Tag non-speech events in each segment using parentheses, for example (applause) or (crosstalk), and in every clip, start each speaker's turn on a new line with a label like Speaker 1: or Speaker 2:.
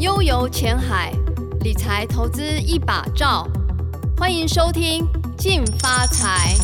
Speaker 1: 悠游前海，理财投资一把照。欢迎收听《进发财》。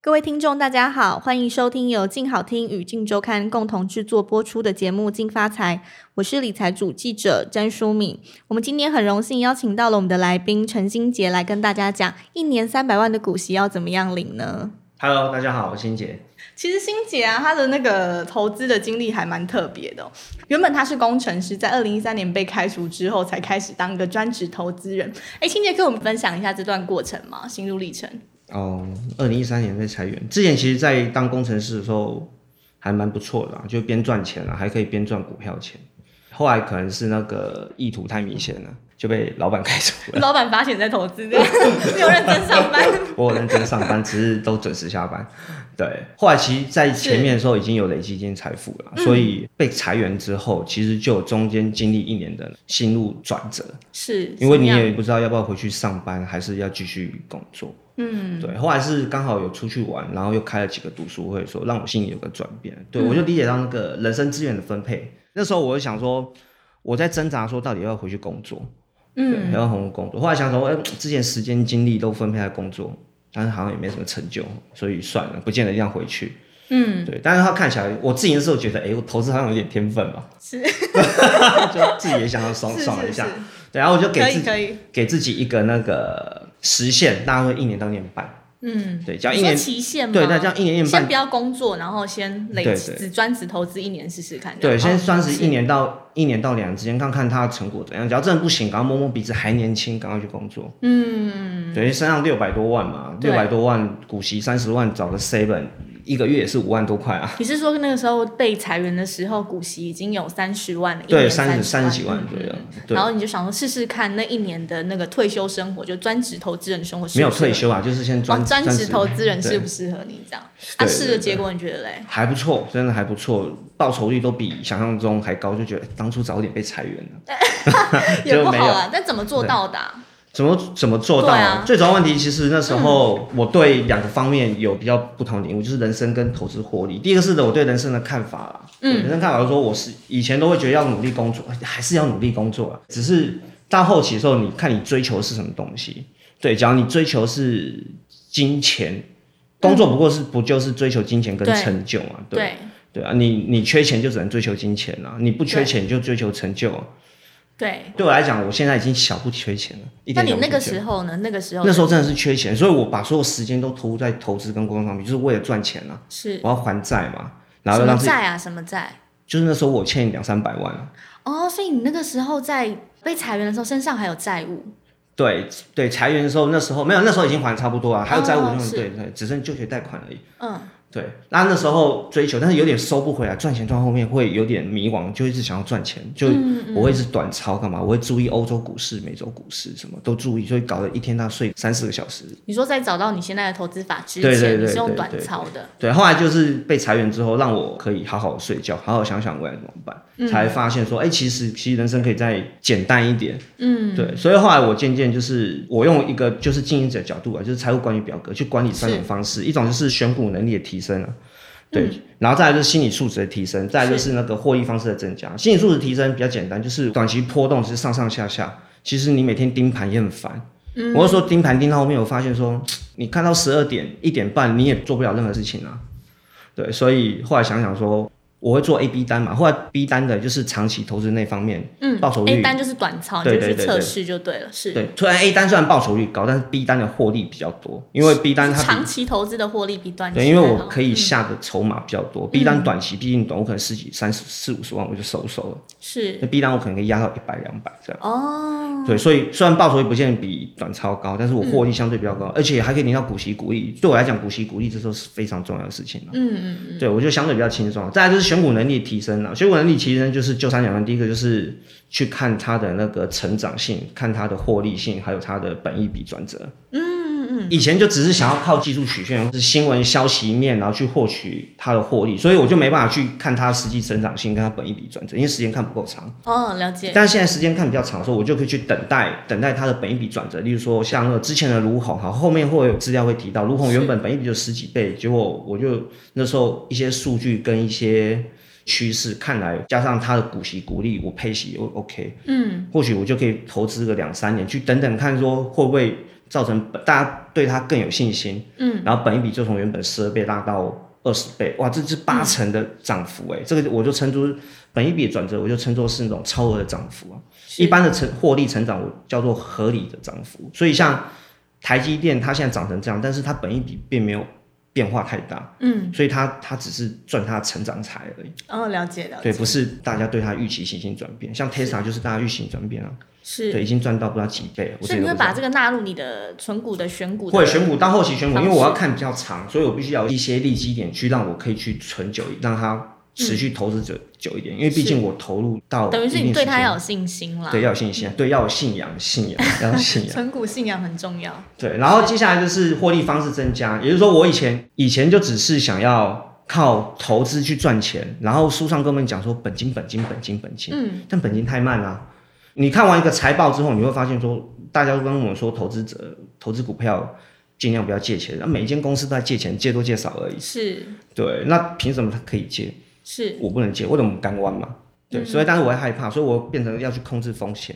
Speaker 2: 各位听众，大家好，欢迎收听由静好听与静周刊共同制作播出的节目《静发财》，我是理财组记者詹淑敏。我们今天很荣幸邀请到了我们的来宾陈新杰来跟大家讲，一年三百万的股息要怎么样领呢？
Speaker 3: Hello，大家好，我是欣姐。
Speaker 2: 其实新杰啊，他的那个投资的经历还蛮特别的哦、原本他是工程师，在二零一三年被开除之后，才开始当一个专职投资人。哎，新杰，跟我们分享一下这段过程吗？心路历 (laughs) 程？
Speaker 3: 哦，二零一三年被裁员，之前其实，在当工程师的时候还蛮不错的、啊，就边赚钱啊，还可以边赚股票钱。后来可能是那个意图太明显了，就被老板开除了。 (laughs)
Speaker 2: 老板发现你在投资， (laughs) 这样没有认真上班。
Speaker 3: 我有认真上班，只是都准时下班。对，后来其实，在前面的时候已经有累积一定财富了，所以被裁员之后，其实就有中间经历一年的心路转折，
Speaker 2: 是，
Speaker 3: 因
Speaker 2: 怎么
Speaker 3: 为你
Speaker 2: 样
Speaker 3: 也不知道要不要回去上班，还是要继续工作。
Speaker 2: 嗯，
Speaker 3: 对，后来是刚好有出去玩，然后又开了几个读书会，说让我心里有个转变。对、
Speaker 2: 嗯
Speaker 3: 我就理解到那个人生资源的分配。那时候我就想说，我在挣扎说到底要不要回去工作，
Speaker 2: 嗯
Speaker 3: 对，要不要回去工作。后来想说，哎、之前时间精力都分配在工作，但是好像也没什么成就，所以算了，不见得一定要回去。嗯，对，但是他看起来，我自己那时候觉得，哎、我投资好像有点天分吧，
Speaker 2: 是
Speaker 3: (laughs) 就自己也想要爽
Speaker 2: 是
Speaker 3: 爽了
Speaker 2: 是
Speaker 3: 一下
Speaker 2: 是，
Speaker 3: 对，然后我就给
Speaker 2: 可
Speaker 3: 自
Speaker 2: 以
Speaker 3: 己
Speaker 2: 可以，
Speaker 3: 给自己一个那个时限，大概会一年到一年半，
Speaker 2: 嗯，
Speaker 3: 对，只要
Speaker 2: 你
Speaker 3: 一
Speaker 2: 说
Speaker 3: 年
Speaker 2: 期限吗？
Speaker 3: 对，那这样一年一
Speaker 2: 嗯先
Speaker 3: 半，
Speaker 2: 不要工作，然后先累
Speaker 3: 对
Speaker 2: 积，
Speaker 3: 对
Speaker 2: 只专职投资一年试试看。
Speaker 3: 对，
Speaker 2: 这样哦
Speaker 3: 先算是
Speaker 2: 是
Speaker 3: 一年到一年到两年之间，看看他的成果怎样。只要真的不行，赶快摸摸鼻子，还年轻，赶快去工作。嗯，等于身上六百多万嘛，
Speaker 2: 对
Speaker 3: 六百多万股息三十万，找个 seven，一个月也是五万多块啊。
Speaker 2: 你是说那个时候被裁员的时候，股息已经有三十万了，一
Speaker 3: 对，
Speaker 2: 年
Speaker 3: 三十
Speaker 2: 三
Speaker 3: 三十几万左右，对
Speaker 2: 然，后你就想说试试看那一年的那个退休生活，就专职投资人生活适不
Speaker 3: 没有
Speaker 2: 适合
Speaker 3: 退休啊，就是先
Speaker 2: 你，
Speaker 3: 专
Speaker 2: 哦，专职投资人
Speaker 3: 对
Speaker 2: 适不适合你这样？啊，
Speaker 3: 对对
Speaker 2: 试了
Speaker 3: 对
Speaker 2: 结果你觉得嘞？
Speaker 3: 还不错，真的还不错，报酬率都比想象中还高，就觉得当初早点被裁员了，
Speaker 2: 也
Speaker 3: (laughs) 就
Speaker 2: 不
Speaker 3: 没
Speaker 2: 好
Speaker 3: 有
Speaker 2: 啊，但怎么做到的啊？
Speaker 3: 怎么怎么做到？
Speaker 2: 对啊嗯
Speaker 3: 最主要问题其实那时候我对两个方面有比较不同的领悟，就是人生跟投资获利。第一个是我对人生的看法啦，嗯，人生看法就是说我是以前都会觉得要努力工作，哎还是要努力工作啊，只是到后期的时候，你看你追求的是什么东西。对，假如你追求是金钱，工作不过是、不就是追求金钱跟
Speaker 2: 对
Speaker 3: 成就嘛？对
Speaker 2: 对
Speaker 3: 对啊，你你缺钱就只能追求金钱啊，你不缺
Speaker 2: 对
Speaker 3: 钱就追求成就啊。
Speaker 2: 对，
Speaker 3: 对我来讲，我现在已经小不缺钱了，一
Speaker 2: 那
Speaker 3: 点
Speaker 2: 你
Speaker 3: 都不
Speaker 2: 那个
Speaker 3: 缺
Speaker 2: 时候呢？那个时候
Speaker 3: 那时候真的是缺钱，所以我把所有时间都投入在投资跟工作上面，就是为了赚钱啊，
Speaker 2: 是
Speaker 3: 我要还债嘛，然
Speaker 2: 什
Speaker 3: 后又
Speaker 2: 么
Speaker 3: 让自己，
Speaker 2: 债啊？什么债？
Speaker 3: 就是那时候我欠两三百万啊，
Speaker 2: 哦，所以你那个时候在被裁员的时候，身上还有债务，
Speaker 3: 对对，裁员的时候那时候没有，那时候已经还差不多啊了，还有债务
Speaker 2: 哦
Speaker 3: 那种，
Speaker 2: 是
Speaker 3: 对对，只剩就学贷款而已。
Speaker 2: 嗯，
Speaker 3: 对，那那时候追求，但是有点收不回来，赚钱赚后面会有点迷惘，就一直想要赚钱，就
Speaker 2: 嗯
Speaker 3: 我会一直短炒干嘛？我会注意欧洲股市、美洲股市什么都注意，所以搞得一天到睡三四个小时，
Speaker 2: 你说在找到你现在的投资法之前，
Speaker 3: 对对
Speaker 2: 你
Speaker 3: 对
Speaker 2: 是用
Speaker 3: 对
Speaker 2: 短
Speaker 3: 对
Speaker 2: 炒的，
Speaker 3: 对，后来就是被裁员之后，让我可以好好睡觉，好好想想未来怎么办，才发现说，哎、其实其实人生可以再简单一点。嗯，对，所以后来我渐渐就是我用一个就是经营者角度啊，就是财务管理表格去管理三种方式，一种就是选股能力的提升啊。对，然后再来就是心理素质的提升，再来就是那个获利方式的增加。心理素质提升比较简单，就是短期波动是上上下下，其实你每天盯盘也很烦。嗯、我是说盯盘盯到后面，我发现说，你看到十二点一点半，你也做不了任何事情啊。对，所以后来想想说，我会做 A、B 单嘛，后来 B 单的就是长期投资那方面，
Speaker 2: 嗯
Speaker 3: 报酬率
Speaker 2: ，A 单就是短炒，你
Speaker 3: 对
Speaker 2: 就
Speaker 3: 对
Speaker 2: 去
Speaker 3: 对
Speaker 2: 测
Speaker 3: 对
Speaker 2: 试就对了，是。
Speaker 3: 对，虽然 A 单虽然报酬率高，但是 B 单的获利比较多，因为 B 单
Speaker 2: 是
Speaker 3: 它
Speaker 2: 长
Speaker 3: 比
Speaker 2: 期投资的获嗯利比短期
Speaker 3: 对，因为
Speaker 2: 还
Speaker 3: 我
Speaker 2: 好
Speaker 3: 可以下的筹码比较多、b 单短期毕竟短，我可能十几、三十、四五十万我就收收了，
Speaker 2: 是
Speaker 3: 那 B 单我可能可以压到一百、两百这样。
Speaker 2: 哦，
Speaker 3: 对，所以虽然报酬率不见得比短超高，但是我获利相对比较高，而且还可以领到股息股利。对我来讲，股息股利这时候是非常重要的事情了。嗯嗯嗯，对我就相对比较轻松。再来就是选股能力提升了，选股能力提升就是就三两个，第一个就是去看它的那个成长性，看它的获利性，还有它的本益比转折。嗯
Speaker 2: 嗯
Speaker 3: 以前就只是想要靠技术曲线或是新闻消息面，然后去获取它的获利，所以我就没办法去看它实际增长性跟它本益比转折，因为时间看不够长。
Speaker 2: 哦，了解。
Speaker 3: 但现在时间看比较长的时候，我就可以去等待，等待它的本益比转折。例如说，像那个之前的卢红，哈，后面会有资料会提到，卢红
Speaker 2: 是
Speaker 3: 原本本益比就十几倍，结果我就那时候一些数据跟一些趋势看来，加上它的股息股利，我配息 O OK，
Speaker 2: 嗯，
Speaker 3: 或许我就可以投资个两三年，去等等看说会不会造成本大家对它更有信心，
Speaker 2: 嗯，
Speaker 3: 然后本益比就从原本十二倍拉到二十倍，哇，这是八成的涨幅哎、这个我就称作本益比转折，我就称作是那种超额的涨幅啊。
Speaker 2: 是
Speaker 3: 一般的成获利成长，我叫做合理的涨幅。所以像台积电，它现在涨成这样，但是它本益比并没有变化太大，
Speaker 2: 嗯，
Speaker 3: 所以它它只是赚它的成长财而已，
Speaker 2: 哦，了解了
Speaker 3: 对，
Speaker 2: 解。
Speaker 3: 不是大家对它预期已经转变。像 Tesla 就是大家预期转变啊，
Speaker 2: 是，
Speaker 3: 对，已经赚到不知道几倍了，我自
Speaker 2: 所
Speaker 3: 己
Speaker 2: 以你
Speaker 3: 都不
Speaker 2: 会
Speaker 3: 知
Speaker 2: 把
Speaker 3: 道。
Speaker 2: 这个纳入你的纯股的选股的
Speaker 3: 会选股到后期选股，
Speaker 2: 方
Speaker 3: 因
Speaker 2: 式
Speaker 3: 为我要看比较长，所以我必须要有一些利基点去让我可以去存久，让它持续投资者久一点。因为毕竟我投入到
Speaker 2: 嗯等于是
Speaker 3: 一
Speaker 2: 你
Speaker 3: 定
Speaker 2: 对
Speaker 3: 时
Speaker 2: 它
Speaker 3: 间
Speaker 2: 要有信心啦。
Speaker 3: 对，要有信心，啊对，要有信仰，信仰，要有信仰。
Speaker 2: 纯股信仰很重要。
Speaker 3: 对，然后接下来就是获利方式增加，也就是说，我以前以前就只是想要靠投资去赚钱，然后书上跟我们讲说本金、本金、本金、本金，
Speaker 2: 嗯，
Speaker 3: 但本金太慢啦、你看完一个财报之后，你会发现说，大家都跟我们说，投资者投资股票尽量不要借钱，那每一间公司都在借钱，借多借少而已。
Speaker 2: 是
Speaker 3: 对，那凭什么他可以借，
Speaker 2: 是，
Speaker 3: 我不能借？我怎么干弯嘛？对，所以但是我会害怕，所以我变成要去控制风险。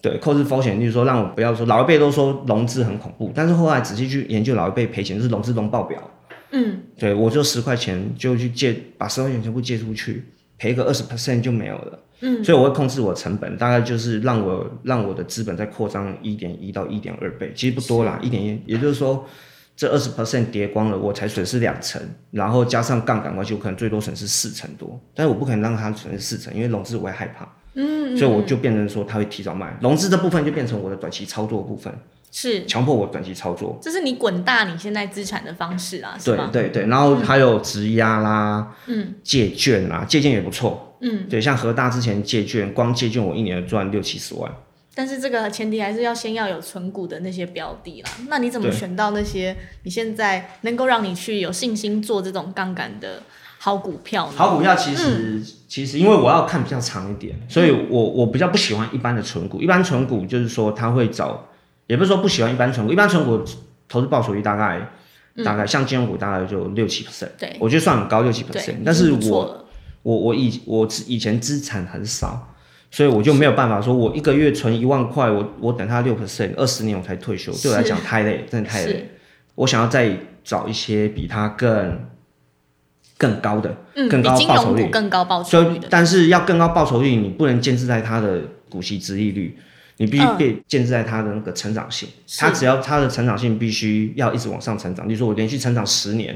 Speaker 3: 对，控制风险，就是说让我不要说老一辈都说融资很恐怖，但是后来仔细去研究老一辈赔钱就是融资融报表。
Speaker 2: 嗯，
Speaker 3: 对我就十块钱就去借，把十块钱全部借出去，赔个二十 percent 就没有了。嗯，所以我会控制我成本，大概就是让我让我的资本再扩张一点一到一点二倍，其实不多啦，一点一，也就是说这二十 percent 跌光了，我才损失两成，然后加上杠杆关系，我可能最多损失四成多，但是我不可能让它损失四成，因为融资我会害怕，嗯，所以我就变成说它会提早卖，融资这部分就变成我的短期操作部分，
Speaker 2: 是，
Speaker 3: 强迫我短期操作。
Speaker 2: 这是你滚大你现在资产的方式啦，啊是
Speaker 3: 对
Speaker 2: 吗？嗯
Speaker 3: 对对，然后还有质押啦，嗯，借券啦，借券也不错，
Speaker 2: 嗯，
Speaker 3: 对，像和大之前借券，光借券我一年赚六七十万，
Speaker 2: 但是这个前提还是要先要有存股的那些标的啦。那你怎么
Speaker 3: 对
Speaker 2: 选到那些你现在能够让你去有信心做这种杠杆的好股票呢？
Speaker 3: 好股票其实、
Speaker 2: 嗯
Speaker 3: 其实因为我要看比较长一点，所以我我比较不喜欢一般的存股，一般存股就是说他会找，也不是说不喜欢一般存股，一般存股投资报酬率大概。大概像金融股大概就六七 percent，
Speaker 2: 嗯对
Speaker 3: 我觉得算很高六七
Speaker 2: 对
Speaker 3: percent，，但是
Speaker 2: 已经不错
Speaker 3: 我
Speaker 2: 了
Speaker 3: 我我以我之以前资产很少，所以我就没有办法说，我一个月存一万块，我我等它六 percent，二十年我才退休，对我来讲太累，真的太累。
Speaker 2: 是
Speaker 3: 我想要再找一些比它更更高的，
Speaker 2: 嗯，
Speaker 3: 更
Speaker 2: 比
Speaker 3: 高
Speaker 2: 金
Speaker 3: 报酬
Speaker 2: 融股
Speaker 3: 率，
Speaker 2: 更高报酬
Speaker 3: 所
Speaker 2: 率
Speaker 3: 以
Speaker 2: 的，
Speaker 3: 但是要更高报酬率，你不能建制在它的股息值利率，你必须
Speaker 2: 嗯
Speaker 3: 被建制在它的那个成长性。
Speaker 2: 是
Speaker 3: 它只要它的成长性必须要一直往上成长，例如说我连续成长十年。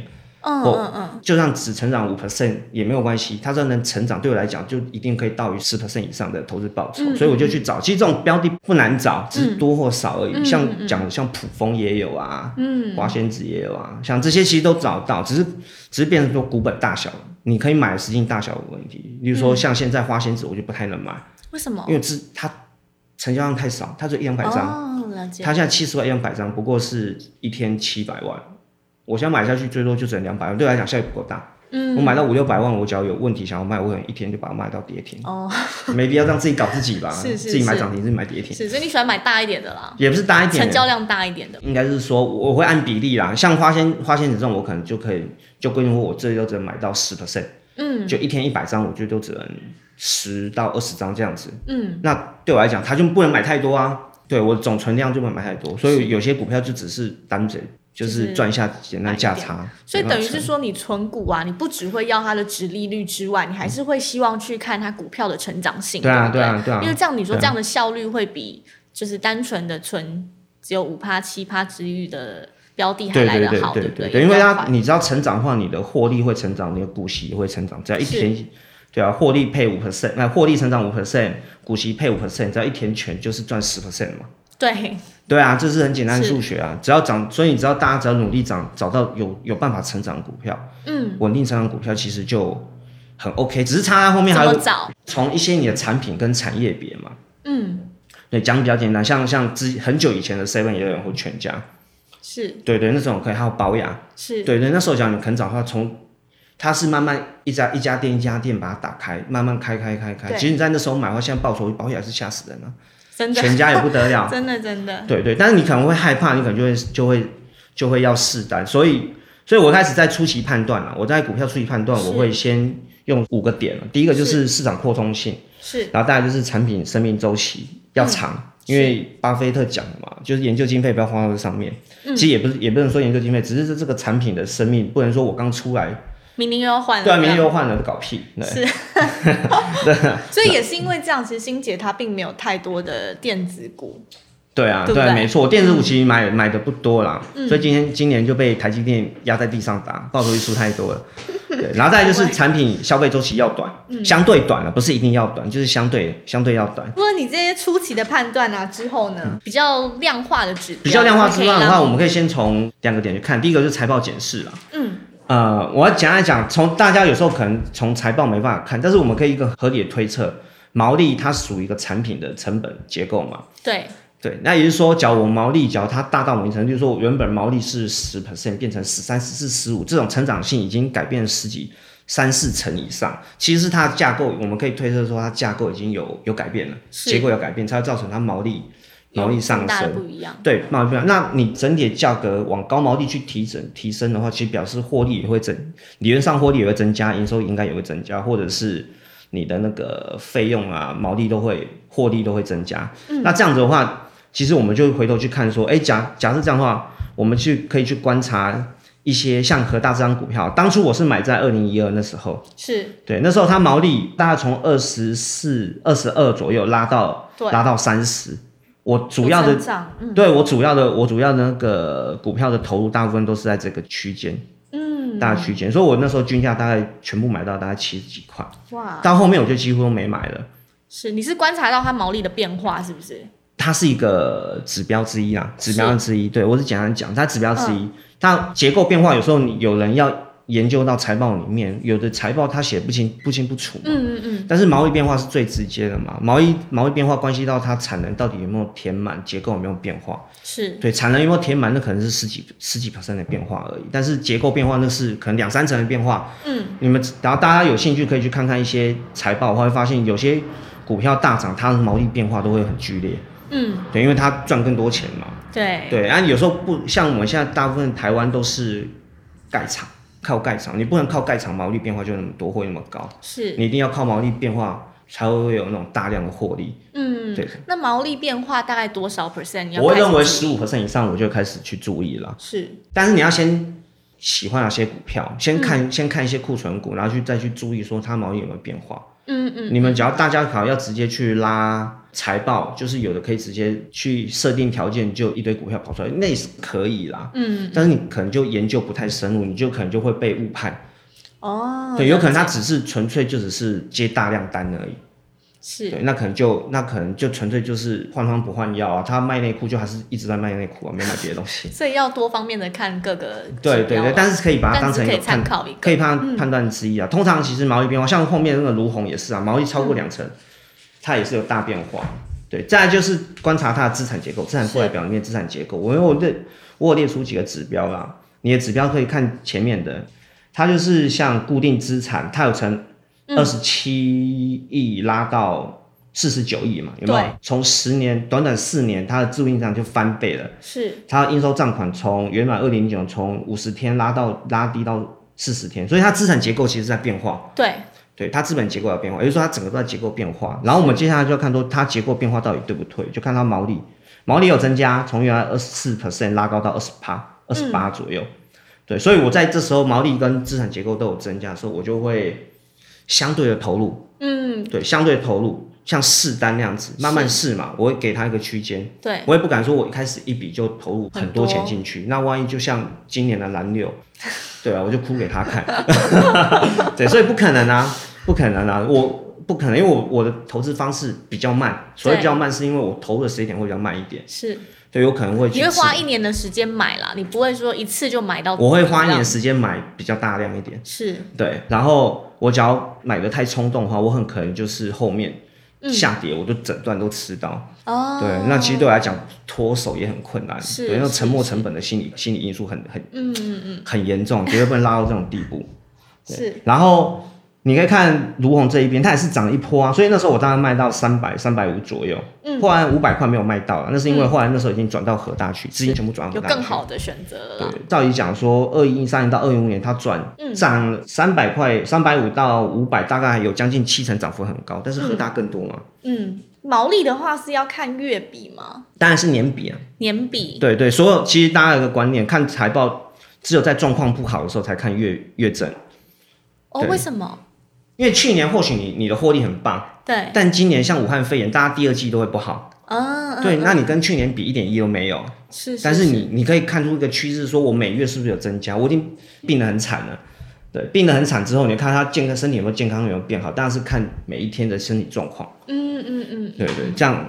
Speaker 2: 嗯
Speaker 3: 我
Speaker 2: 嗯嗯，
Speaker 3: 就算只成长五 percent 也没有关系，它只要能成长，对我来讲就一定可以到于十 percent 以上的投资报酬，所以我就去找。其实这种标的不难找，只是多或少而已。像讲的像普丰也有啊，嗯，华仙子也有啊，像这些其实都找到，只是只是变成说股本大小，你可以买的实际大小的问题。例如说像现在花仙子，我就不太能买，
Speaker 2: 为什么
Speaker 3: 因？为这它成交量太少，它就一两百张，
Speaker 2: 哦，了解。
Speaker 3: 它现在七十万一两百张，不过是一天七百万，我想买下去最多就只能两百万，对我来讲效益不够大。嗯，我买到五六百万，我只要有问题想要卖，我可能一天就把它卖到跌停。
Speaker 2: 哦，
Speaker 3: 没必要让自己搞自己吧，
Speaker 2: (laughs) 是是
Speaker 3: 自己买
Speaker 2: 是
Speaker 3: 涨停，自己买跌停，
Speaker 2: 是，所以你喜欢买大一点的啦，
Speaker 3: 也不是大一点
Speaker 2: 成，交量大一点的。
Speaker 3: 应该是说我会按比例啦，像花仙花仙子这种，我可能就可以就规定说，我这周只能买到十 percent，嗯，就一天一百张，我就都只能十到二十张这样子，嗯，那对我来讲，它就不能买太多啊，对我总存量就不能买太多，所以有些股票就只是单子，就
Speaker 2: 就是
Speaker 3: 是赚一下简单价差，
Speaker 2: 所以等于
Speaker 3: 没办
Speaker 2: 是
Speaker 3: 法
Speaker 2: 说，你存股啊，你不只会要它的值利率之外，你还是会希望去看它股票的成长性，
Speaker 3: 对啊
Speaker 2: 不
Speaker 3: 对啊对啊
Speaker 2: 因为这样你说
Speaker 3: 对啊
Speaker 2: 这样的效率会比就是单纯的存只有五趴七趴值利率的标的还
Speaker 3: 对
Speaker 2: 来
Speaker 3: 对
Speaker 2: 得
Speaker 3: 对
Speaker 2: 好，
Speaker 3: 对
Speaker 2: 不
Speaker 3: 对
Speaker 2: 对，
Speaker 3: 因为
Speaker 2: 比较快
Speaker 3: 它你知道成长的话，你的获利会成长，你的股息也会成长，只要一
Speaker 2: 是
Speaker 3: 天，对啊，获利配五 percent，那获利成长五 percent，股息配五 percent，只要一填全就是赚十 percent 嘛。
Speaker 2: 对
Speaker 3: 对啊，这是很简单的
Speaker 2: 是
Speaker 3: 数学啊，只要涨，所以你只要大家只要努力涨，找到有有办法成长的股票，嗯，稳定成长的股票其实就很 OK，只是差在后面
Speaker 2: 怎
Speaker 3: 还
Speaker 2: 么
Speaker 3: 有
Speaker 2: 找？
Speaker 3: 从一些你的产品跟产业别嘛，嗯，对，讲比较简单，像像之很久以前的 Seven 也有人或全家，
Speaker 2: 是
Speaker 3: 对对，那时候可以还有保养，
Speaker 2: 是，
Speaker 3: 对对，那时候讲你啃早的话，从它是慢慢一家一家店一家店把它打开，慢慢开开开开。
Speaker 2: 对
Speaker 3: 其实你在那时候买的话，现在报酬保险是吓死人了、
Speaker 2: 真的，
Speaker 3: 全家也不得了。
Speaker 2: (laughs) 真的真的，
Speaker 3: 对对，但是你可能会害怕，你可能就会就会就会要试单，所以所以我开始在初期判断了，我在股票初期判断，
Speaker 2: 是
Speaker 3: 我会先用五个点，第一个就是市场扩充性，
Speaker 2: 是
Speaker 3: 然后再来就是产品生命周期要长。
Speaker 2: 嗯
Speaker 3: 因为巴菲特讲的嘛，就是研究经费不要花到这上面。
Speaker 2: 嗯
Speaker 3: 其实也不是，也不能说研究经费，只是这这个产品的生命，不能说我刚出来，
Speaker 2: 明年又要换了，
Speaker 3: 对啊，明天又换了，搞屁。
Speaker 2: 嗯
Speaker 3: 对
Speaker 2: 是，所以也是因为这样，其实欣姐她并没有太多的电子股，
Speaker 3: 对啊，
Speaker 2: 对嗯不对
Speaker 3: 没错，电子股其实买、买的不多啦，所以今天今年就被台积电压在地上打，报酬率输太多
Speaker 2: (laughs)
Speaker 3: 了。对，然后再来就是产品消费周期要短，
Speaker 2: 嗯
Speaker 3: 相对短了，不是一定要短，就是相对相对要短。
Speaker 2: 不过你这些初期的判断啊，之后呢，比较量化的指标，
Speaker 3: 比较量化之外的话，我们
Speaker 2: 可以
Speaker 3: 可以先从两个点去看，第一个就是财报检视啦。
Speaker 2: 让你，嗯，
Speaker 3: 呃，我要讲一讲，从大家有时候可能从财报没办法看，但是我们可以一个合理的推测，毛利它属于一个产品的成本结构嘛。
Speaker 2: 对，
Speaker 3: 对，那也就是说，假如我毛利，假如它大到某一程度，就是说我原本毛利是十 percent 变成十三、十四、十五，这种成长性已经改变十几、三四成以上，其实是它的架构，我们可以推测说它架构已经有有改变了，
Speaker 2: 是
Speaker 3: 结构有改变，才会造成它毛利毛利
Speaker 2: 有
Speaker 3: 上
Speaker 2: 很大的
Speaker 3: 升。
Speaker 2: 不一样，
Speaker 3: 对，毛利不一样那你整体的价格往高毛利去提整提升的话，其实表示获利也会增，理论上获利也会增加，营收应该也会增加，或者是你的那个费用啊、毛利都会获利都会增加。那这样子的话，其实我们就回头去看说，哎、假假设这样的话，我们去可以去观察一些像和大这张股票，当初我是买在二零一二那时候，
Speaker 2: 是，
Speaker 3: 对，那时候它毛利大概从二十四、二十二左右拉到
Speaker 2: 对
Speaker 3: 拉到三十。我主要的
Speaker 2: 有成长，嗯，
Speaker 3: 对我主要的我主要的那个股票的投入，大部分都是在这个区间，
Speaker 2: 嗯，
Speaker 3: 大区间，所以我那时候均价大概全部买到大概七十几块，
Speaker 2: 哇，
Speaker 3: 到后面我就几乎都没买了。
Speaker 2: 是，你是观察到它毛利的变化是不是？
Speaker 3: 它是一个指标之一啊，指标之一。对我是简单讲，它指标之一，
Speaker 2: 嗯
Speaker 3: 它结构变化有时候你有人要研究到财报里面，有的财报它写不清不清不楚嘛，
Speaker 2: 嗯嗯嗯，
Speaker 3: 但是毛利变化是最直接的嘛，毛利毛利变化关系到它产能到底有没有填满，结构有没有变化。
Speaker 2: 是，
Speaker 3: 对，产能有没有填满，那可能是十几十几 percent 的变化而已，但是结构变化那是可能两三成的变化。
Speaker 2: 嗯，
Speaker 3: 你们然后大家有兴趣可以去看看一些财报，会发现有些股票大涨，它的毛利变化都会很剧烈，
Speaker 2: 嗯，
Speaker 3: 对，因为它赚更多钱嘛。
Speaker 2: 对，
Speaker 3: 对，然后有时候不像我们现在大部分台湾都是盖厂，靠盖厂，你不能靠盖厂毛利变化就那么多或那么高，
Speaker 2: 是，
Speaker 3: 你一定要靠毛利变化才会有那种大量的获利。
Speaker 2: 嗯，
Speaker 3: 对，
Speaker 2: 那毛利变化大概多少 percent？你要
Speaker 3: 我会
Speaker 2: 开始
Speaker 3: 认为
Speaker 2: 注
Speaker 3: 十
Speaker 2: 意
Speaker 3: 五 percent 以上我就开始去注意了。
Speaker 2: 是，
Speaker 3: 但是你要先喜欢哪些股票，
Speaker 2: 嗯
Speaker 3: 先看、先看一些库存股，然后去再去注意说它毛利有没有变化。
Speaker 2: 嗯嗯，
Speaker 3: 你们只要大家好像要直接去拉财报，就是有的可以直接去设定条件，就一堆股票跑出来，那也是可以啦。
Speaker 2: 嗯，
Speaker 3: 但是你可能就研究不太深入，你就可能就会被误判。
Speaker 2: 哦，
Speaker 3: 对，有可能
Speaker 2: 了
Speaker 3: 它
Speaker 2: 解
Speaker 3: 只是纯粹就只是接大量单而已。对，
Speaker 2: 是，
Speaker 3: 那可能就那可能就纯粹就是换汤不换药啊，他卖内裤就还是一直在卖内裤啊，没买别的
Speaker 2: (laughs)
Speaker 3: 东西。
Speaker 2: 所以要多方面的看各个指
Speaker 3: 对对
Speaker 2: 标
Speaker 3: 对，
Speaker 2: 啊
Speaker 3: 但是可以把它
Speaker 2: 但
Speaker 3: 当
Speaker 2: 是
Speaker 3: 成一
Speaker 2: 可
Speaker 3: 个
Speaker 2: 以参
Speaker 3: 判
Speaker 2: 考一个，
Speaker 3: 可以判判断之一啊。通常其实毛利变化，像后面那个卢红也是啊，毛利超过两成，它也是有大变化。对，再来就是观察它的资产结构，资产负债表里面资产结构，我有列我有列出几个指标啦，你的指标可以看前面的，它就是像固定资产，它有从
Speaker 2: 嗯
Speaker 3: 二十七亿拉到。四十九亿嘛，有没有
Speaker 2: 对？
Speaker 3: 从十年短短四年，它的自营账就翻倍了。
Speaker 2: 是
Speaker 3: 它应收账款从原本二零九从五十天拉到拉低到四十天，所以它资产结构其实在变化，
Speaker 2: 对，
Speaker 3: 对它资本结构在变化，也就是说它整个都在结构变化。然后我们接下来就要看说它结构变化到底对不对，就看它毛利，毛利有增加，从原来二十四 percent 拉高到二十八、二十八左右，对，所以我在这时候毛利跟资产结构都有增加的时候，我就会相对的投入，
Speaker 2: 嗯
Speaker 3: 对，相对投入，像试单那样子，慢慢试嘛，我会给它一个区间。
Speaker 2: 对，
Speaker 3: 我也不敢说，我一开始一笔就投入很多钱进去，那万一就像今年的
Speaker 2: (laughs)
Speaker 3: 蓝六，对啊，我就哭给他看， (laughs) 对，所以不可能啊，不可能啊，我不可能，因为我我的投资方式比较慢，所以
Speaker 2: 对
Speaker 3: 比较慢是因为我投入的时间点会比较慢一点，
Speaker 2: 是
Speaker 3: 对，有可能会去
Speaker 2: 你会
Speaker 3: 吃
Speaker 2: 花一年的时间买啦，你不会说一次就买到，
Speaker 3: 我会花一年，时间买比较大量一点，
Speaker 2: 是
Speaker 3: 对，然后我只要买的太冲动的话，我很可能就是后面下跌，我就整段都吃到。
Speaker 2: 嗯哦，
Speaker 3: 对，那其实对我来讲脱手也很困难，
Speaker 2: 是
Speaker 3: 对，因为
Speaker 2: 是
Speaker 3: 沉没成本的心理心理因素很很
Speaker 2: 嗯嗯嗯，
Speaker 3: 很严重，绝对不能拉到这种地步。对
Speaker 2: 是，
Speaker 3: 然后你可以看卢红这一边，它也是涨了一波啊，所以那时候我大概卖到三百、三百五左右，
Speaker 2: 嗯
Speaker 3: 后来五百块没有卖到啊了，那是因为后来那时候已经转到和大去，资金全部转到
Speaker 2: 有
Speaker 3: 和大
Speaker 2: 更
Speaker 3: 去。
Speaker 2: 好的选择了啦。
Speaker 3: 对，照理讲说，二一三年到二一五年，它转
Speaker 2: 嗯
Speaker 3: 涨三百块，三百五到五百，大概有将近七成涨幅很高，但是和大更多嘛，
Speaker 2: 嗯，毛利的话是要看月比吗？
Speaker 3: 当然是年比啊。
Speaker 2: 年比？
Speaker 3: 对对，所有其实大家有个观念，看财报只有在状况不好的时候才看月月增，
Speaker 2: 哦，
Speaker 3: 对
Speaker 2: 为什么？
Speaker 3: 因为去年或许你你的获利很棒，
Speaker 2: 对，
Speaker 3: 但今年像武汉肺炎，大家第二季都会不好。
Speaker 2: 嗯，
Speaker 3: 对，
Speaker 2: 嗯
Speaker 3: 那
Speaker 2: 嗯
Speaker 3: 你跟去年比一点意都没有，
Speaker 2: 是，
Speaker 3: 但是你你可以看出一个趋势，说我每月是不是有增加？我已经病得很惨了，对，病得很惨之后，你看他健康身体有没有健康有没有变好，当然是看每一天的身体状况，
Speaker 2: 嗯嗯嗯，
Speaker 3: 对对，这样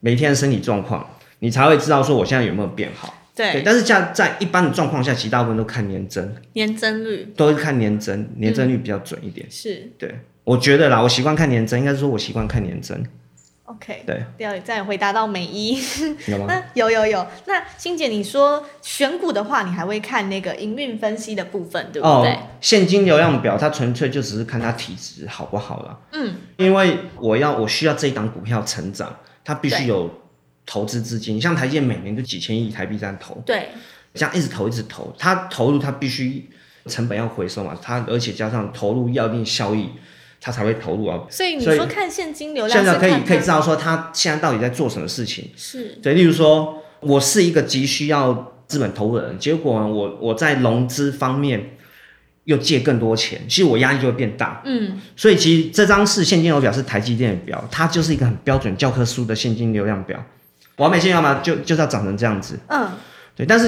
Speaker 3: 每一天的身体状况，你才会知道说我现在有没有变好。对，
Speaker 2: 对，
Speaker 3: 但是这样在一般的状况下，其实大部分都看年增，
Speaker 2: 年增率
Speaker 3: 都是看年增，年增率比较准一点。
Speaker 2: 是
Speaker 3: 对，我觉得啦，我习惯看年增，应该是说我习惯看年增，
Speaker 2: OK。
Speaker 3: 对，
Speaker 2: 要这样回答到美一，
Speaker 3: 有吗？
Speaker 2: 那有有有。那欣姐，你说选股的话，你还会看那个营运分析的部分，对不对？
Speaker 3: 哦，现金流量表它纯粹就只是看它体质好不好啦。
Speaker 2: 嗯，
Speaker 3: 因为我要我需要这一档股票成长，它必
Speaker 2: 对
Speaker 3: 须有投资资金，像台积电每年就几千亿台币这样投，
Speaker 2: 对，
Speaker 3: 这样一直投一直投，它投入它必须成本要回收嘛，它而且加上投入要一定效益，它才会投入啊。
Speaker 2: 所以你
Speaker 3: 所以
Speaker 2: 说看现金流量
Speaker 3: 现
Speaker 2: 是
Speaker 3: 在
Speaker 2: 看
Speaker 3: 可以可以
Speaker 2: 它
Speaker 3: 知道说它现在到底在做什么事情。
Speaker 2: 是
Speaker 3: 对，例如说，我是一个急需要资本投入的人，结果呢我我在融资方面又借更多钱，其实我压力就会变大。
Speaker 2: 嗯
Speaker 3: 所以其实这张是现金流表，是台积电的表，它就是一个很标准教科书的现金流量表。完美现金流嘛，就就是要长成这样子。
Speaker 2: 嗯，
Speaker 3: 对，但是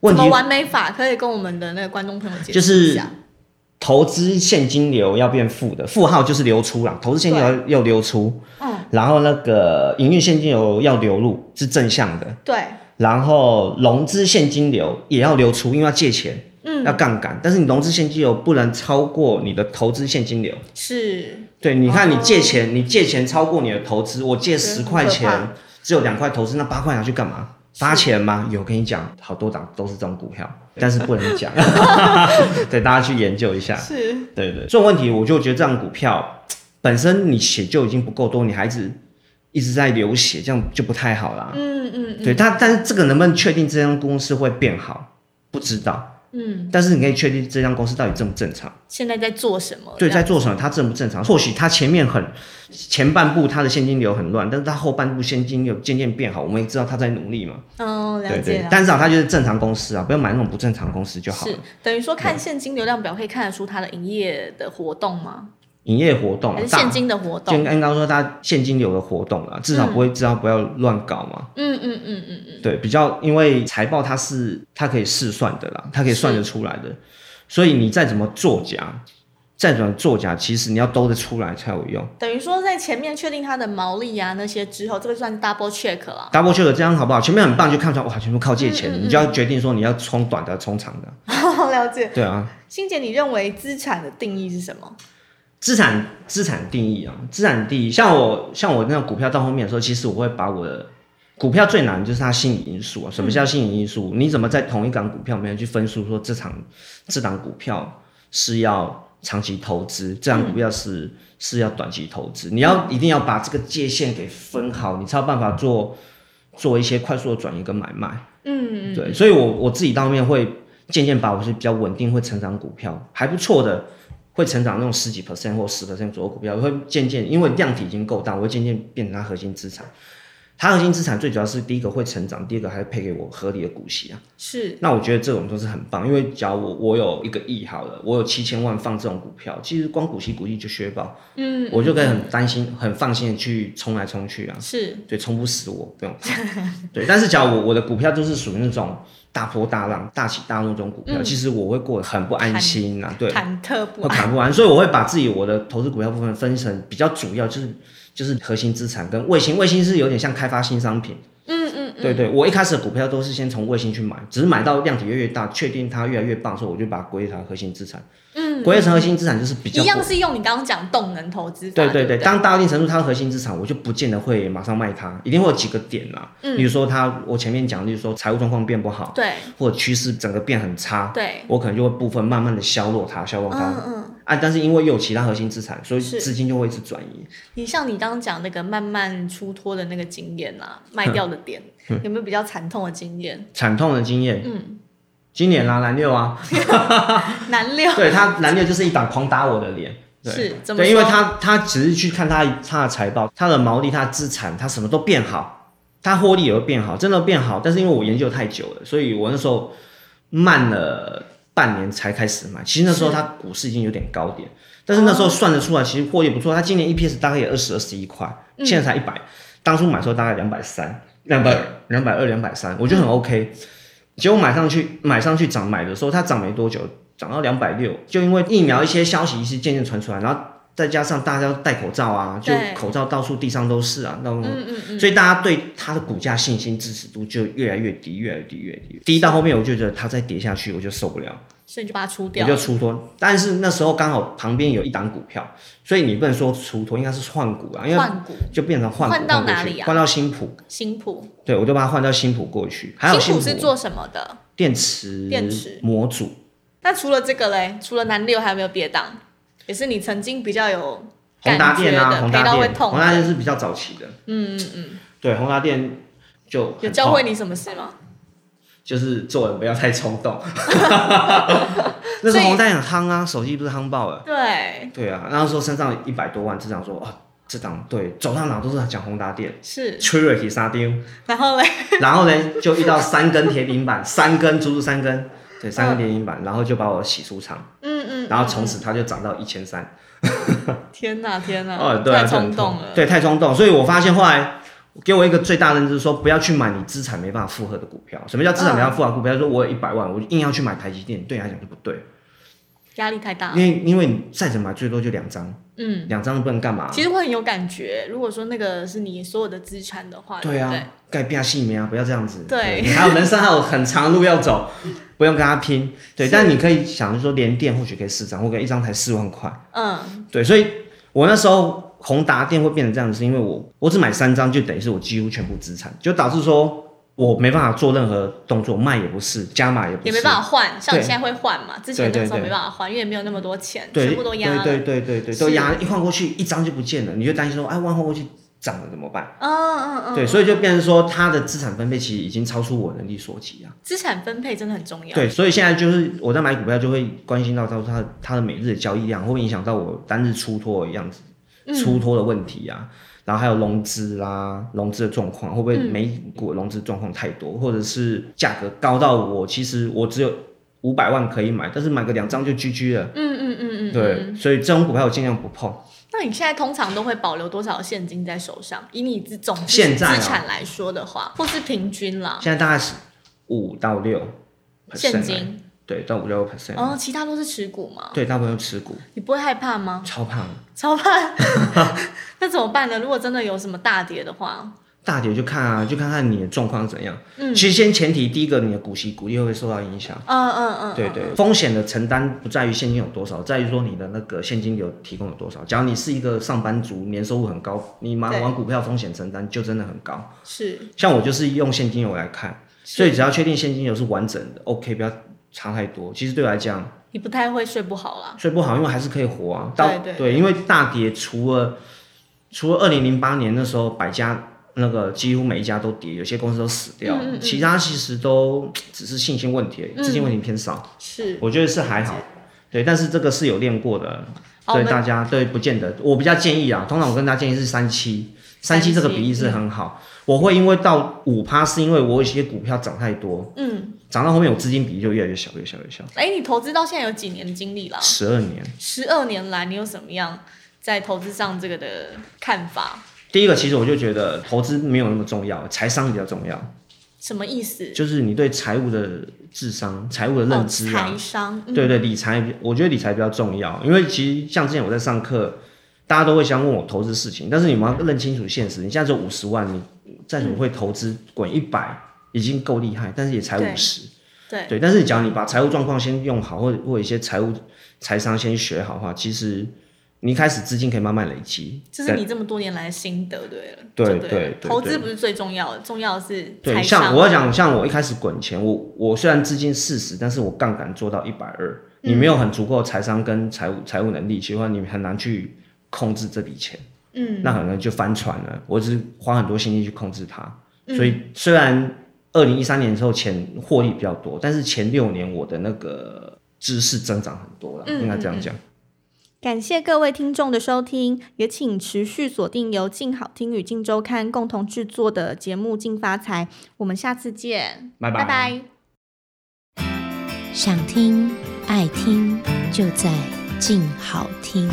Speaker 3: 问
Speaker 2: 怎么
Speaker 3: 题
Speaker 2: 完美法可以跟我们的那个观众朋友解
Speaker 3: 就
Speaker 2: 释一
Speaker 3: 是
Speaker 2: 下？
Speaker 3: 投资现金流要变负的，负号就是流出啦，投资现金流要流出，
Speaker 2: 嗯，
Speaker 3: 然后那个营运现金流要流入是正向的。
Speaker 2: 对，
Speaker 3: 然后融资现金流也要流出，因为要借钱，
Speaker 2: 嗯
Speaker 3: 要杠杆。但是你融资现金流不能超过你的投资现金流。
Speaker 2: 是
Speaker 3: 对，你看
Speaker 2: 哦
Speaker 3: 你借钱，你借钱超过你的投资，我
Speaker 2: 觉
Speaker 3: 借
Speaker 2: 得
Speaker 3: 十
Speaker 2: 很
Speaker 3: 块
Speaker 2: 可
Speaker 3: 钱
Speaker 2: 怕，
Speaker 3: 只有两块投资，那八块拿去干嘛？发钱吗？有，我跟你讲，好多档都是这种股票，但是不
Speaker 2: (laughs)
Speaker 3: 能讲。 (laughs) 对，大家去研究一下。
Speaker 2: 是，
Speaker 3: 对对，这种问题我就觉得这样股票本身你血就已经不够多，你还一直一直在流血，这样就不太好啦。
Speaker 2: 嗯嗯嗯
Speaker 3: 对，但但是这个能不能确定这家公司会变好，不知道。
Speaker 2: 嗯，
Speaker 3: 但是你可以确定这家公司到底正不正常，
Speaker 2: 现在在做什么？哦这
Speaker 3: 对，在
Speaker 2: 样
Speaker 3: 做什么，它正不正常？或许它前面很前半部它的现金流很乱，但是它后半部现金流渐渐变好，我们也知道它在努力嘛。
Speaker 2: 嗯，了
Speaker 3: 对
Speaker 2: 解
Speaker 3: 对
Speaker 2: 了，。
Speaker 3: 但至少它就是正常公司啊，不要买那种不正常公司就好了
Speaker 2: 是。等于说看现金流量表可以看得出它的营业的活动吗？
Speaker 3: 营业活动、啊
Speaker 2: 还是，
Speaker 3: 大
Speaker 2: 现金的活
Speaker 3: 就
Speaker 2: 动？
Speaker 3: 刚刚说它现金流的活动啊，至少不会知道不要乱搞嘛。
Speaker 2: 嗯嗯嗯嗯嗯，
Speaker 3: 对，比较因为财报它是它可以试算的啦，它可以算得出来的，所以你再怎么作假，再怎么作假，其实你要兜得出来才有用。
Speaker 2: 等于说在前面确定它的毛利啊那些之后，这个算 double check 啦。
Speaker 3: double check 这样好不好？前面很棒就看出来，哇，全部靠借钱，
Speaker 2: 嗯嗯嗯
Speaker 3: 你就要决定说你要冲短的，冲长的。
Speaker 2: 了解。
Speaker 3: 对啊，
Speaker 2: 欣姐，你认为资产的定义是什么？
Speaker 3: 资产资产定义啊，资产定义，像我像我那种股票到后面的时候，其实我会把我的股票最难就是它心理因素啊。什么叫心理因素？你怎么在同一档股票里面去分数说这场这档股票是要长期投资，这档股票是、是要短期投资？你要一定要把这个界限给分好，你才有办法做做一些快速的转移跟买卖。
Speaker 2: 嗯，
Speaker 3: 对，所以我我自己当面会渐渐把我是比较稳定会成长股票，还不错的，会成长那种十几 percent 或十 percent 左右股票，会渐渐因为量体已经够大，我会渐渐变成它核心资产。它核心资产最主要是第一个会成长，第二个还会配给我合理的股息啊。
Speaker 2: 是
Speaker 3: 那我觉得这种都是很棒，因为假如我我有一个亿好了，我有七千万放这种股票，其实光股息股利就削爆，
Speaker 2: 嗯，
Speaker 3: 我就可以很担心、很放心的去冲来冲去啊。
Speaker 2: 是
Speaker 3: 对，冲不死我，不用怕。对，但是假如我我的股票就是属于那种大波大浪、大起大落这种股票，
Speaker 2: 嗯
Speaker 3: 其实我会过得很不安心啊，对，
Speaker 2: 忐忑不
Speaker 3: 会
Speaker 2: 安。
Speaker 3: 砍不完，所以我会把自己我的投资股票部分分成比较主要就是。就是核心资产跟卫星，卫星是有点像开发新商品，
Speaker 2: 嗯嗯
Speaker 3: 对对，我一开始的股票都是先从卫星去买，只是买到量体越来越大，确定它越来越棒的时候，我就把它归类成核心资产。
Speaker 2: 嗯嗯
Speaker 3: 国有成核心资产就是比较
Speaker 2: 一样是用你刚刚讲动能投资法，
Speaker 3: 对
Speaker 2: 对
Speaker 3: 对
Speaker 2: 不对，
Speaker 3: 对，当到一定程度，它的核心资产，我就不见得会马上卖它，一定会有几个点啦。
Speaker 2: 嗯
Speaker 3: 比如说它，我前面讲，例如说财务状况变不好，
Speaker 2: 对
Speaker 3: 或者趋势整个变很差，
Speaker 2: 对，
Speaker 3: 我可能就会部分慢慢的削弱它，削弱它。
Speaker 2: 嗯嗯，
Speaker 3: 啊，但是因为有其他核心资产，所以
Speaker 2: 是
Speaker 3: 资金就会一直转移。
Speaker 2: 你像你刚刚讲那个慢慢出脱的那个经验啊，
Speaker 3: 嗯
Speaker 2: 卖掉的点，有没有比较惨痛的经验？
Speaker 3: 惨痛的经验，
Speaker 2: 嗯，
Speaker 3: 今年啦、蓝六啊，
Speaker 2: 难料
Speaker 3: 对他蓝六就是一档狂打我的脸。对
Speaker 2: 是怎么
Speaker 3: 对，因为
Speaker 2: 说
Speaker 3: 他他只是去看他他的财报，他的毛利、他的资产，他什么都变好，他获利也会变好，真的变好。但是因为我研究太久了，所以我那时候慢了半年才开始买。其实那时候
Speaker 2: 是哦
Speaker 3: 它股市已经有点高点，但是那时候算得出来，其实获利不错。它今年 EPS 大概也二十二十一块，
Speaker 2: 嗯
Speaker 3: 现在才一百、当初买的时候大概两百三、两百两百二、两百三，我
Speaker 2: 嗯
Speaker 3: 觉得很 OK。结果买上去，买上去涨，买的时候它涨没多久，涨到两百六，就因为疫苗一些消息一直渐渐传出来，然后再加上大家都戴口罩啊，就
Speaker 2: 对
Speaker 3: 口罩到处地上都是啊，那种
Speaker 2: 嗯嗯嗯，
Speaker 3: 所以大家对它的股价信心支持度就越来越低，越来越低，越来越低。低到后面，我就觉得它再跌下去，我就受不了，
Speaker 2: 所以你就把它出
Speaker 3: 我
Speaker 2: 掉
Speaker 3: 就，出脱。但是那时候刚好旁边有一档股票，所以你不能说出脱，应该是换股啊，因为
Speaker 2: 换股
Speaker 3: 就变成换股
Speaker 2: 换到
Speaker 3: 过
Speaker 2: 哪
Speaker 3: 去
Speaker 2: 里啊
Speaker 3: 换到新普，
Speaker 2: 新普，
Speaker 3: 对我就把它换到新普过去。还有
Speaker 2: 新普是
Speaker 3: 普
Speaker 2: 做什么的？
Speaker 3: 电池
Speaker 2: 电池
Speaker 3: 模组，
Speaker 2: 那除了这个嘞，除了南六还有没有别档？也是你曾经比较有
Speaker 3: 宏
Speaker 2: 感
Speaker 3: 达
Speaker 2: 觉
Speaker 3: 电啊，
Speaker 2: 的，
Speaker 3: 宏
Speaker 2: 赔
Speaker 3: 达
Speaker 2: 到会
Speaker 3: 电，
Speaker 2: 痛
Speaker 3: 宏达
Speaker 2: 的。
Speaker 3: 电是比较早期的，
Speaker 2: 嗯嗯嗯，
Speaker 3: 对，宏达电就很
Speaker 2: 有教会
Speaker 3: 痛
Speaker 2: 你什么事吗？
Speaker 3: 就是做人不要太冲
Speaker 2: (laughs)
Speaker 3: 动。那时候宏达电很夯啊，手机不是夯爆了。
Speaker 2: 对，
Speaker 3: 对啊，那时候身上一百多万，只想说啊，这档对，走到哪都是讲宏达电，
Speaker 2: 是。
Speaker 3: 吹瑞提沙丁，
Speaker 2: 然后嘞，
Speaker 3: 然后呢就遇到三根铁顶板， (laughs) 三根足足三根，对，三根铁顶板，然后就把我洗出场，
Speaker 2: 嗯嗯，
Speaker 3: 然后从此它就涨到一千三，
Speaker 2: 天哪天哪，
Speaker 3: 哦，对啊，
Speaker 2: 太
Speaker 3: 就很
Speaker 2: 冲动了。
Speaker 3: 对，太冲动，所以我发现后来。给我一个最大的认知，说不要去买你资产没办法负荷的股票。什么叫资产没
Speaker 2: 嗯
Speaker 3: 办法负荷的股票？说我有一百万，我硬要去买台积电，对你来讲就不对，
Speaker 2: 压力太大
Speaker 3: 因。为因为你再怎么买，最多就两张，
Speaker 2: 嗯，
Speaker 3: 两张不能干嘛？
Speaker 2: 其实会很有感觉。如果说那个是你所有的资产的话，
Speaker 3: 对
Speaker 2: 不
Speaker 3: 啊，该变性命啊，不要这样子。
Speaker 2: 对
Speaker 3: 你还有人生还有很长的路要走，不用跟他拼。对，
Speaker 2: 是
Speaker 3: 但你可以想说，连电或许可以四张，或者一张才四万块。
Speaker 2: 嗯，
Speaker 3: 对，所以我那时候宏达电会变成这样子，是因为我我只买三张，就等于是我几乎全部资产，就导致说我没办法做任何动作，卖也不是，加码也不是，
Speaker 2: 也没办法换。像你
Speaker 3: 对
Speaker 2: 现在会换嘛？之前那
Speaker 3: 对
Speaker 2: 个
Speaker 3: 对
Speaker 2: 时候
Speaker 3: 对
Speaker 2: 没办法换，因为没有那么多钱，
Speaker 3: 对，
Speaker 2: 全部都压
Speaker 3: 对
Speaker 2: 了。
Speaker 3: 对对对对，都
Speaker 2: 是
Speaker 3: 压了一换过去一张就不见了，你就担心说，哎，万换过去涨了怎么办？
Speaker 2: 嗯嗯嗯，
Speaker 3: 对，所以就变成说，它的资产分配其实已经超出我能力所及啊。
Speaker 2: 资产分配真的很重要。
Speaker 3: 对，所以现在就是我在买股票就会关心到到它的它的每日的交易量，会不会影响到我单日出脱的样子，
Speaker 2: 嗯
Speaker 3: 出脱的问题啊，然后还有融资啦、融资的状况，会不会
Speaker 2: 嗯
Speaker 3: 美股的融资状况太多，或者是价格高到我其实我只有五百万可以买，但是买个两张就 GG 了。
Speaker 2: 嗯嗯嗯嗯，哦嗯。
Speaker 3: 对，所以这种股票我尽量不碰。
Speaker 2: 那你现在通常都会保留多少现金在手上？以你自总资
Speaker 3: 现在啊
Speaker 2: 资产来说的话，或是平均啦，
Speaker 3: 现在大概是五到六
Speaker 2: 现，金
Speaker 3: 对，到五六 percent，、
Speaker 2: 哦，其他都是持股嘛？
Speaker 3: 对，大部分都持股，
Speaker 2: 你不会害怕吗？
Speaker 3: 超胖。
Speaker 2: 超怕， (laughs) 那怎么办呢？如果真的有什么大跌的话，
Speaker 3: 大跌就看啊，就看看你的状况怎样。
Speaker 2: 嗯
Speaker 3: 其实先前提，第一个你的股息股利会不会受到影响？
Speaker 2: 嗯嗯嗯，
Speaker 3: 对
Speaker 2: 嗯，
Speaker 3: 对，风险的承担不在于现金有多少，在于说你的那个现金流提供有多少。假如你是一个上班族，年收入很高，你买
Speaker 2: 对
Speaker 3: 玩股票风险承担就真的很高。
Speaker 2: 是
Speaker 3: 像我就是用现金流来看，所以只要确定现金流是完整的，OK，不要差太多。其实对我来讲，
Speaker 2: 你不太会睡不好啦。
Speaker 3: 睡不好，因为还是可以活啊。到
Speaker 2: 嗯对对
Speaker 3: 因为大跌除了除了二零零八年那时候百家那个几乎每一家都跌，有些公司都死掉，
Speaker 2: 嗯嗯嗯
Speaker 3: 其他其实都只是信心问题而已，
Speaker 2: 嗯
Speaker 3: 资金问题偏少，
Speaker 2: 是，
Speaker 3: 我觉得是还好。哦对，但是这个是有练过的，
Speaker 2: 好，
Speaker 3: 所
Speaker 2: 我
Speaker 3: 以
Speaker 2: 们
Speaker 3: 大家对不见得，我比较建议啊，通常我跟大家建议是三七。三七这嗯个比例是很好，我会因为到五趴，是因为我有些股票涨太多，
Speaker 2: 嗯，
Speaker 3: 涨到后面我资金比例就越来越小，越小越小，
Speaker 2: 哎，你投资到现在有几年的经历啦？
Speaker 3: 十二年。
Speaker 2: 十二年来，你有什么样在投资上这个的看法？
Speaker 3: 第一个，其实我就觉得投资没有那么重要，财商比较重要，
Speaker 2: 什么意思？
Speaker 3: 就是你对财务的智商、财务的认知啊
Speaker 2: 哦、，财商，嗯
Speaker 3: 对对，理财比，我觉得理财比较重要，因为其实像之前我在上课，大家都会想问我投资事情，但是你们要认清楚现实，你现在只有五十万，你再怎么会投资滚一百已经够厉害，但是也才
Speaker 2: 对
Speaker 3: 五十，
Speaker 2: 嗯对
Speaker 3: 对，但是假如你把财务状况先用好，或者或者一些财务财商先学好的话，其实你一开始资金可以慢慢累积。
Speaker 2: 这是你这么多年来的心得，对了，
Speaker 3: 对
Speaker 2: 就
Speaker 3: 对
Speaker 2: 了
Speaker 3: 对
Speaker 2: 投资
Speaker 3: 对
Speaker 2: 不是最重要的，重要的是
Speaker 3: 对，
Speaker 2: 财
Speaker 3: 像
Speaker 2: 商。啊
Speaker 3: 我要讲，像我一开始滚钱，我我虽然资金四十，但是我杠杆做到一百二，你
Speaker 2: 嗯
Speaker 3: 没有很足够的财商跟财务财务能力，其实你很难去控制这笔钱，
Speaker 2: 嗯，
Speaker 3: 那可能就翻船了。我只是花很多心力去控制它，
Speaker 2: 嗯
Speaker 3: 所以虽然二零一三年之后钱获利比较多，但是前六年我的那个知识增长很多了，
Speaker 2: 嗯
Speaker 3: 应该这样讲。
Speaker 2: 感谢各位听众的收听，也请持续锁定由静好听与静周刊共同制作的节目《静发财》，我们下次见，
Speaker 3: 拜
Speaker 2: 拜
Speaker 3: 拜
Speaker 2: 拜
Speaker 4: 想听爱听，就在静好听。